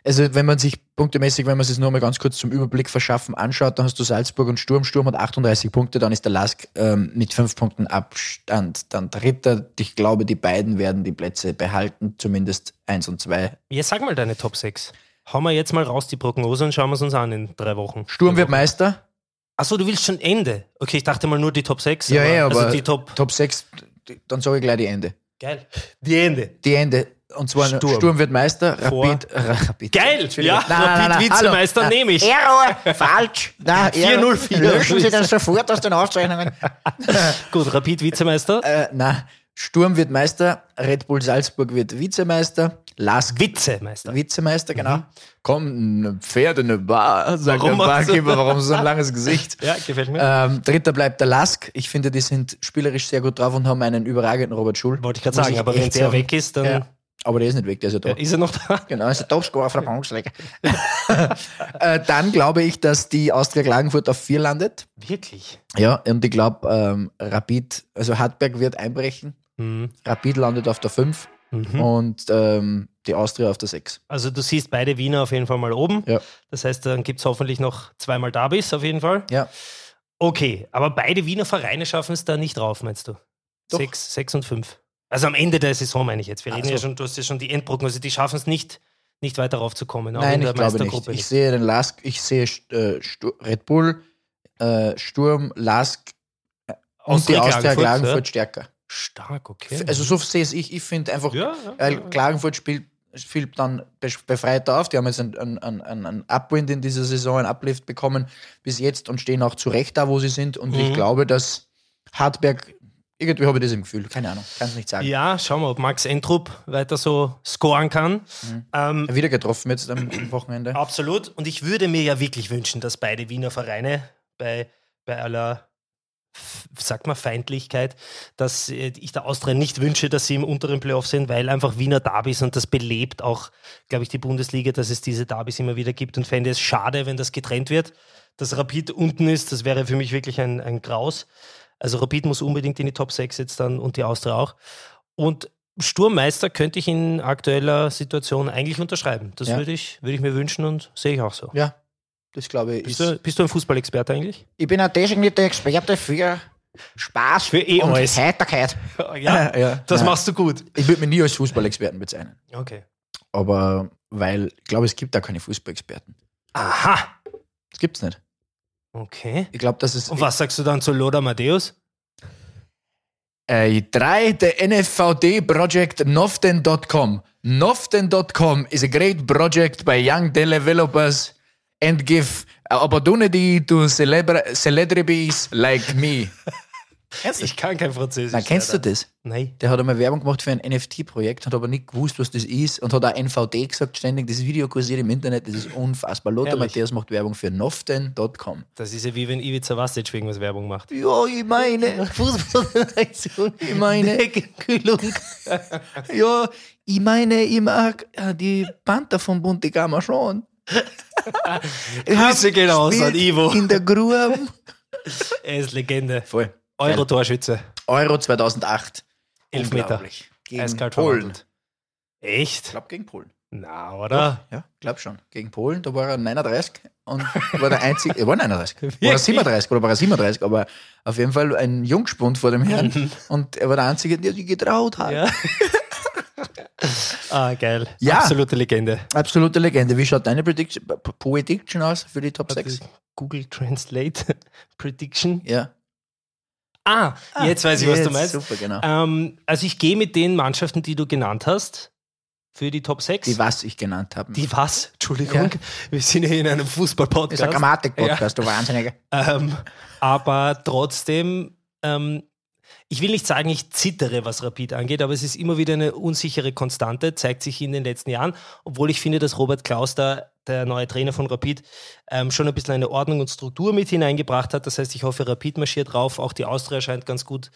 Speaker 1: Also, wenn man sich punktemäßig, wenn man es jetzt nur mal ganz kurz zum Überblick verschaffen anschaut, dann hast du Salzburg und Sturm. Sturm hat 38 Punkte, dann ist der Lask ähm, mit 5 Punkten Abstand. Dann Dritter. Ich glaube, die beiden werden die Plätze behalten, zumindest 1 und 2.
Speaker 2: Jetzt sag mal deine Top 6. Hauen wir jetzt mal raus die Prognose und schauen wir es uns an in drei Wochen.
Speaker 1: Sturm wird
Speaker 2: Also,
Speaker 1: Meister,
Speaker 2: Achso, du willst schon Ende. Okay, ich dachte mal nur die Top 6.
Speaker 1: Ja, ja, aber-
Speaker 2: also die Top.
Speaker 1: Top 6, dann sage ich gleich die Ende.
Speaker 2: Geil. Die Ende.
Speaker 1: Die Ende. Und zwar
Speaker 2: Sturm.
Speaker 1: Sturm, wird Meister,
Speaker 2: Vor- *laughs*
Speaker 1: Rapid, Rapid.
Speaker 2: Geil!
Speaker 1: Entschuldigung.
Speaker 2: Ja, Rapid Vizemeister
Speaker 1: Hallo.
Speaker 2: nehme ich.
Speaker 1: Error,
Speaker 2: *laughs*
Speaker 1: falsch. Nein, Error.
Speaker 2: 404.
Speaker 1: Löschen Sie das sofort aus den Aufzeichnungen.
Speaker 2: Gut, Rapid Vizemeister.
Speaker 1: Äh, na, Sturm wird Meister, Red Bull Salzburg wird Vizemeister, Lask
Speaker 2: Vizemeister.
Speaker 1: Vizemeister, genau. Komm, ein Pferd in eine Bar, sagt
Speaker 2: Mhm. Warum
Speaker 1: der
Speaker 2: machst du- *laughs*
Speaker 1: Barkeeper, warum so ein langes Gesicht?
Speaker 2: Ja, gefällt mir.
Speaker 1: Ähm, Dritter bleibt der Lask. Ich finde, die sind spielerisch sehr gut drauf und haben einen überragenden Robert Schul.
Speaker 2: Wollte ich gerade
Speaker 1: Muss
Speaker 2: sagen, aber wenn
Speaker 1: echt
Speaker 2: der
Speaker 1: sagen.
Speaker 2: weg ist, dann
Speaker 1: Ja. Aber der ist nicht weg, der ist ja da.
Speaker 2: Ja, ist er noch da.
Speaker 1: Genau, ist der Topscorer von der Bundesliga. *laughs* äh, dann glaube ich, dass die Austria Klagenfurt auf 4 landet.
Speaker 2: Wirklich.
Speaker 1: Ja, und ich glaube, ähm, Rapid, also Hartberg wird einbrechen.
Speaker 2: Hm.
Speaker 1: Rapid landet auf der 5.
Speaker 2: Mhm.
Speaker 1: und ähm, die Austria auf der 6.
Speaker 2: Also du siehst beide Wiener auf jeden Fall mal oben.
Speaker 1: Ja.
Speaker 2: Das heißt, dann gibt es hoffentlich noch zweimal Darbys auf jeden Fall.
Speaker 1: Ja.
Speaker 2: Okay, aber beide Wiener Vereine schaffen es da nicht drauf, meinst du?
Speaker 1: Doch.
Speaker 2: Sechs, sechs und fünf. Also am Ende der Saison meine ich jetzt. Wir
Speaker 1: Ach
Speaker 2: reden
Speaker 1: so.
Speaker 2: ja schon, du hast ja schon die Endprognose, die schaffen es nicht, nicht weiter raufzukommen. auch in
Speaker 1: Nein,
Speaker 2: der
Speaker 1: ich glaube nicht.
Speaker 2: Meistergruppe
Speaker 1: Ich sehe den Lask, ich sehe äh, Stu- Red Bull, äh, Sturm, Lask und die Austria Klagenfurt, stärker.
Speaker 2: ja. Stark, okay.
Speaker 1: F- Also so sehe es ich. Ich finde einfach,
Speaker 2: ja, ja,
Speaker 1: weil
Speaker 2: ja.
Speaker 1: Klagenfurt spielt, spielt dann bes- befreiter auf. Die haben jetzt einen, einen, einen, einen Upwind in dieser Saison, einen Uplift bekommen bis jetzt und stehen auch zu Recht da, wo sie sind. Und
Speaker 2: Mhm.
Speaker 1: ich glaube, dass Hartberg, irgendwie habe ich das im Gefühl, keine Ahnung, kann es nicht sagen.
Speaker 2: ja, schauen wir, ob Max Entrup weiter so scoren kann.
Speaker 1: Mhm.
Speaker 2: Ähm,
Speaker 1: Wieder getroffen jetzt am am Wochenende.
Speaker 2: Absolut. Und ich würde mir ja wirklich wünschen, dass beide Wiener Vereine bei, bei aller, f- sag mal, Feindlichkeit, dass äh, ich der Austria nicht wünsche, dass sie im unteren Playoff sind, weil einfach Wiener Derbys und das belebt auch, glaube ich, die Bundesliga, dass es diese Derbys immer wieder gibt und fände es schade, wenn das getrennt wird. Dass Rapid unten ist, das wäre für mich wirklich ein, ein Graus. Also Rapid muss unbedingt in die Top 6 jetzt dann und die Austria auch. Und Sturmmeister könnte ich in aktueller Situation eigentlich unterschreiben. Das
Speaker 1: Ja.
Speaker 2: würde ich, würde ich mir wünschen und sehe ich auch so.
Speaker 1: Ja, das glaube ich.
Speaker 2: Bist
Speaker 1: ist-
Speaker 2: du, bist du ein Fußballexperte eigentlich?
Speaker 4: Ich bin ein designierte Experte für Spaß
Speaker 2: Für eh
Speaker 4: und
Speaker 2: alles.
Speaker 4: Heiterkeit.
Speaker 1: *laughs* *laughs*
Speaker 2: Ja,
Speaker 1: ja,
Speaker 2: *laughs* das
Speaker 1: nein.
Speaker 2: machst du gut.
Speaker 1: Ich würde mich nie als Fußballexperten bezeichnen.
Speaker 2: Okay.
Speaker 1: Aber weil, ich glaube, es gibt da keine Fußballexperten.
Speaker 2: Aha.
Speaker 1: Das gibt es nicht.
Speaker 2: Okay.
Speaker 1: Ich glaube, das ist
Speaker 2: Und was sagst du dann zu Loda Matthäus?
Speaker 1: Äh, 3, the NFVD project Noften.com. Noften.com is a great project by young developers and give opportunity to celebra- celebrities like me.
Speaker 2: Ich kann kein Französisch.
Speaker 1: Na, kennst du
Speaker 2: leider.
Speaker 1: das?
Speaker 2: Nein.
Speaker 1: Der hat einmal Werbung gemacht für ein NFT-Projekt, hat aber nicht gewusst, was das ist und hat auch NVD gesagt, ständig. Das Video kursiert im Internet, das ist unfassbar. Lothar
Speaker 2: Herrlich.
Speaker 1: Matthäus macht Werbung für Noften.com.
Speaker 2: Das ist ja wie wenn Ivica Vastic für irgendwas
Speaker 1: *laughs*
Speaker 2: Werbung macht.
Speaker 1: Ja, ich *laughs* meine,
Speaker 2: Fußballreaktion.
Speaker 1: ich meine,
Speaker 2: Kühlung.
Speaker 1: *laughs* ja, ich meine, ich mag äh, die Panther vom Buntigama schon.
Speaker 2: *laughs* Grüße gehen raus an Ivo.
Speaker 1: In der Grube.
Speaker 2: Er ist Legende.
Speaker 1: Voll.
Speaker 2: Euro-Torschütze.
Speaker 1: Euro 2008.
Speaker 2: Elfmeter.
Speaker 1: Unglaublich. Gegen
Speaker 2: Eiskalt
Speaker 1: Polen.
Speaker 2: verwandelt. Echt?
Speaker 1: Ich glaube gegen Polen.
Speaker 2: Na, oder?
Speaker 1: Ja, glaub schon. Gegen Polen, da war er 39 und war der einzige, er war
Speaker 2: *laughs*
Speaker 1: 39, war er
Speaker 2: Wirklich?
Speaker 1: 37 oder war er 37, aber auf jeden Fall ein Jungspund vor dem
Speaker 2: *laughs*
Speaker 1: Herrn und er war der einzige, der sich getraut hat.
Speaker 2: Ja. *laughs* ah, geil.
Speaker 1: Ja.
Speaker 2: Absolute Legende.
Speaker 1: Absolute Legende. Wie schaut deine Prediction, P- Prediction aus für die Top 6?
Speaker 2: Google Translate *laughs* Prediction.
Speaker 1: Ja.
Speaker 2: Ah, jetzt weiß ich, was du
Speaker 1: Jetzt,
Speaker 2: meinst.
Speaker 1: Super, genau.
Speaker 2: Ähm, also ich gehe mit den Mannschaften, die du genannt hast, für die Top 6.
Speaker 1: Die, was ich genannt habe.
Speaker 2: Die was? Entschuldigung.
Speaker 1: Ja.
Speaker 2: Wir sind hier in einem
Speaker 1: ist ein
Speaker 2: Fußball-Podcast.
Speaker 1: Grammatik-Podcast, du Wahnsinniger.
Speaker 2: Ähm, aber trotzdem, ähm, ich will nicht sagen, ich zittere, was Rapid angeht, aber es ist immer wieder eine unsichere Konstante, zeigt sich in den letzten Jahren, obwohl ich finde, dass Robert Klaus da, der neue Trainer von Rapid, ähm, schon ein bisschen eine Ordnung und Struktur mit hineingebracht hat. Das heißt, ich hoffe, Rapid marschiert drauf. Auch die Austria scheint ganz gut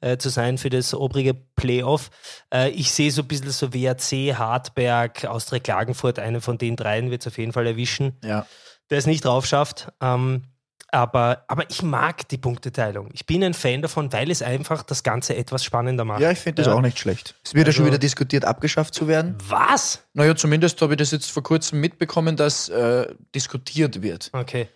Speaker 2: äh, zu sein für das obrige Playoff. Äh, ich sehe so ein bisschen so WAC, Hartberg, Austria Klagenfurt, einen von den dreien wird es auf jeden Fall erwischen
Speaker 1: Ja.
Speaker 2: der es nicht drauf schafft. Ähm, aber, aber ich mag die Punkteteilung. Ich bin ein Fan davon, weil es einfach das Ganze etwas spannender macht.
Speaker 1: ja, ich finde das auch nicht schlecht. Es wird ja schon
Speaker 2: Also-
Speaker 1: wieder diskutiert, abgeschafft zu werden.
Speaker 2: Was?
Speaker 1: Naja, zumindest habe ich das jetzt vor kurzem mitbekommen, dass äh, diskutiert wird.
Speaker 2: Okay.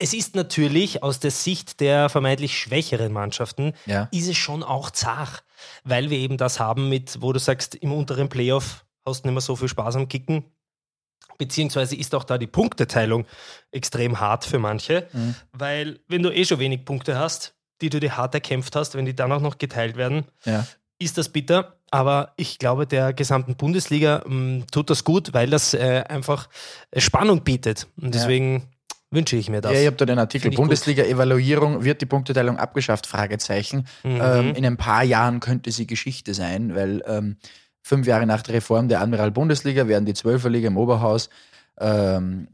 Speaker 2: Es ist natürlich aus der Sicht der vermeintlich schwächeren Mannschaften,
Speaker 1: Ja.
Speaker 2: ist es schon auch zach, weil wir eben das haben mit, wo du sagst, im unteren Playoff hast du nicht mehr so viel Spaß am Kicken. Beziehungsweise ist auch da die Punkteteilung extrem hart für manche.
Speaker 1: Mhm.
Speaker 2: Weil, wenn du eh schon wenig Punkte hast, die du dir hart erkämpft hast, wenn die dann auch noch geteilt werden,
Speaker 1: Ja.
Speaker 2: ist das bitter. Aber ich glaube, der gesamten Bundesliga mh, tut das gut, weil das äh, einfach Spannung bietet. Und
Speaker 1: Ja.
Speaker 2: deswegen wünsche ich mir das.
Speaker 1: ja, ich habe da den Artikel.
Speaker 2: Finde ich gut.
Speaker 1: Bundesliga-Evaluierung, wird die Punkteteilung abgeschafft? Fragezeichen.
Speaker 2: Mhm.
Speaker 1: Ähm, in ein paar Jahren könnte sie Geschichte sein, weil ähm, fünf Jahre nach der Reform der Admiral-Bundesliga werden die Zwölferliga im Oberhaus ähm,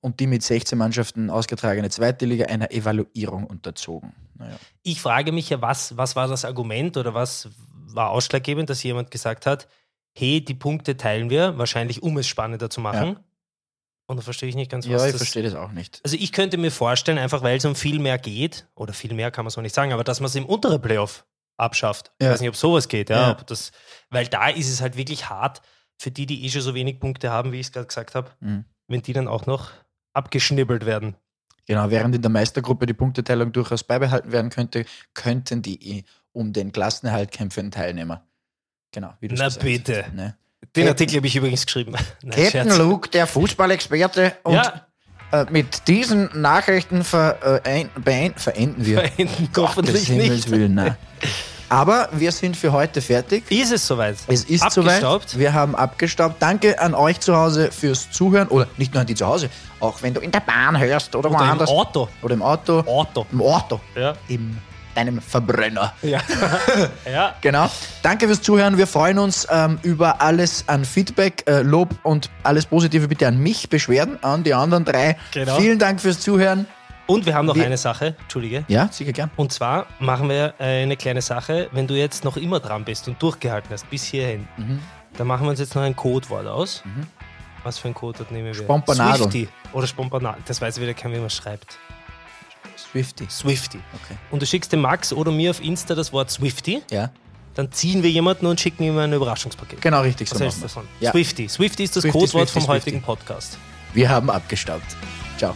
Speaker 1: und die mit 16 Mannschaften ausgetragene zweite Liga einer Evaluierung unterzogen. Naja.
Speaker 2: ich frage mich ja, was, was war das Argument oder was war ausschlaggebend, dass jemand gesagt hat, hey, die Punkte teilen wir, wahrscheinlich um es spannender zu machen. Und da verstehe ich nicht ganz, was
Speaker 1: Ja, ich
Speaker 2: das
Speaker 1: verstehe das auch nicht.
Speaker 2: Also ich könnte mir vorstellen, einfach weil es um viel mehr geht, oder viel mehr kann man so nicht sagen, aber dass man es im unteren Playoff abschafft. Ich
Speaker 1: Ja.
Speaker 2: weiß nicht, ob sowas geht, ja,
Speaker 1: Ja.
Speaker 2: Ob das, weil da ist es halt wirklich hart für die, die eh schon so wenig Punkte haben, wie ich es gerade gesagt habe,
Speaker 1: Mhm.
Speaker 2: wenn die dann auch noch abgeschnibbelt werden.
Speaker 1: Genau, während in der Meistergruppe die Punkteteilung durchaus beibehalten werden könnte, könnten die eh um den Klassenerhalt kämpfenden Teilnehmer. Genau, wie du's
Speaker 2: Na
Speaker 1: gesagt
Speaker 2: bitte.
Speaker 1: hast, Ne?
Speaker 2: Den
Speaker 4: Captain-
Speaker 2: Artikel habe ich übrigens geschrieben. *laughs* Nein,
Speaker 4: Captain
Speaker 2: Scherz.
Speaker 4: Luke, der Fußballexperte. Und
Speaker 2: Ja,
Speaker 4: äh,
Speaker 1: Mit diesen Nachrichten ver, äh, ein, beein- verenden wir.
Speaker 2: beenden
Speaker 1: Gottes
Speaker 2: hoffentlich
Speaker 1: Himmels
Speaker 2: nicht.
Speaker 1: Willen, nein. Aber wir sind für heute fertig.
Speaker 2: Ist es soweit?
Speaker 1: Es ist
Speaker 2: Abgestaubt?
Speaker 1: soweit. Wir haben abgestaubt. Danke an euch zu Hause fürs Zuhören. Oder nicht nur an die zu Hause, auch wenn du in
Speaker 4: in der Bahn hörst oder,
Speaker 2: Oder im
Speaker 4: woanders.
Speaker 2: Auto.
Speaker 1: oder im Auto,
Speaker 2: Auto.
Speaker 1: im Auto,
Speaker 2: Ja.
Speaker 1: in deinem Verbrenner.
Speaker 2: Ja. *laughs*
Speaker 1: *laughs*
Speaker 2: ja.
Speaker 1: Genau. Danke fürs Zuhören. Wir freuen uns ähm, über alles an Feedback, äh, Lob und alles Positive bitte an mich beschwerden, an die anderen drei.
Speaker 2: Genau.
Speaker 1: Vielen Dank fürs Zuhören.
Speaker 2: Und wir haben noch
Speaker 1: Wir-
Speaker 2: eine Sache, Entschuldige.
Speaker 1: Ja, sicher gern.
Speaker 2: Und zwar machen wir äh, eine kleine Sache, wenn du jetzt noch immer dran bist und durchgehalten hast bis hierhin,
Speaker 1: Mhm.
Speaker 2: dann machen wir uns jetzt noch ein Codewort aus. Was für ein Codewort nehmen wir?
Speaker 1: Spompanadel.
Speaker 2: Swifty oder Spompanadel. Das weiß wieder keiner, wie man schreibt.
Speaker 1: Swifty.
Speaker 2: Swifty.
Speaker 1: Okay.
Speaker 2: Und du schickst dem Max oder mir auf Insta das Wort Swifty,
Speaker 1: Ja,
Speaker 2: dann ziehen wir jemanden und schicken ihm ein Überraschungspaket.
Speaker 1: genau richtig.
Speaker 2: Was
Speaker 1: so
Speaker 2: hältst du
Speaker 1: machen
Speaker 2: davon?
Speaker 1: Ja.
Speaker 2: Swifty. Swifty ist das
Speaker 1: Swifty,
Speaker 2: Codewort
Speaker 1: Swifty,
Speaker 2: vom
Speaker 1: Swifty.
Speaker 2: heutigen Podcast.
Speaker 1: wir. wir haben abgestaubt. Ciao.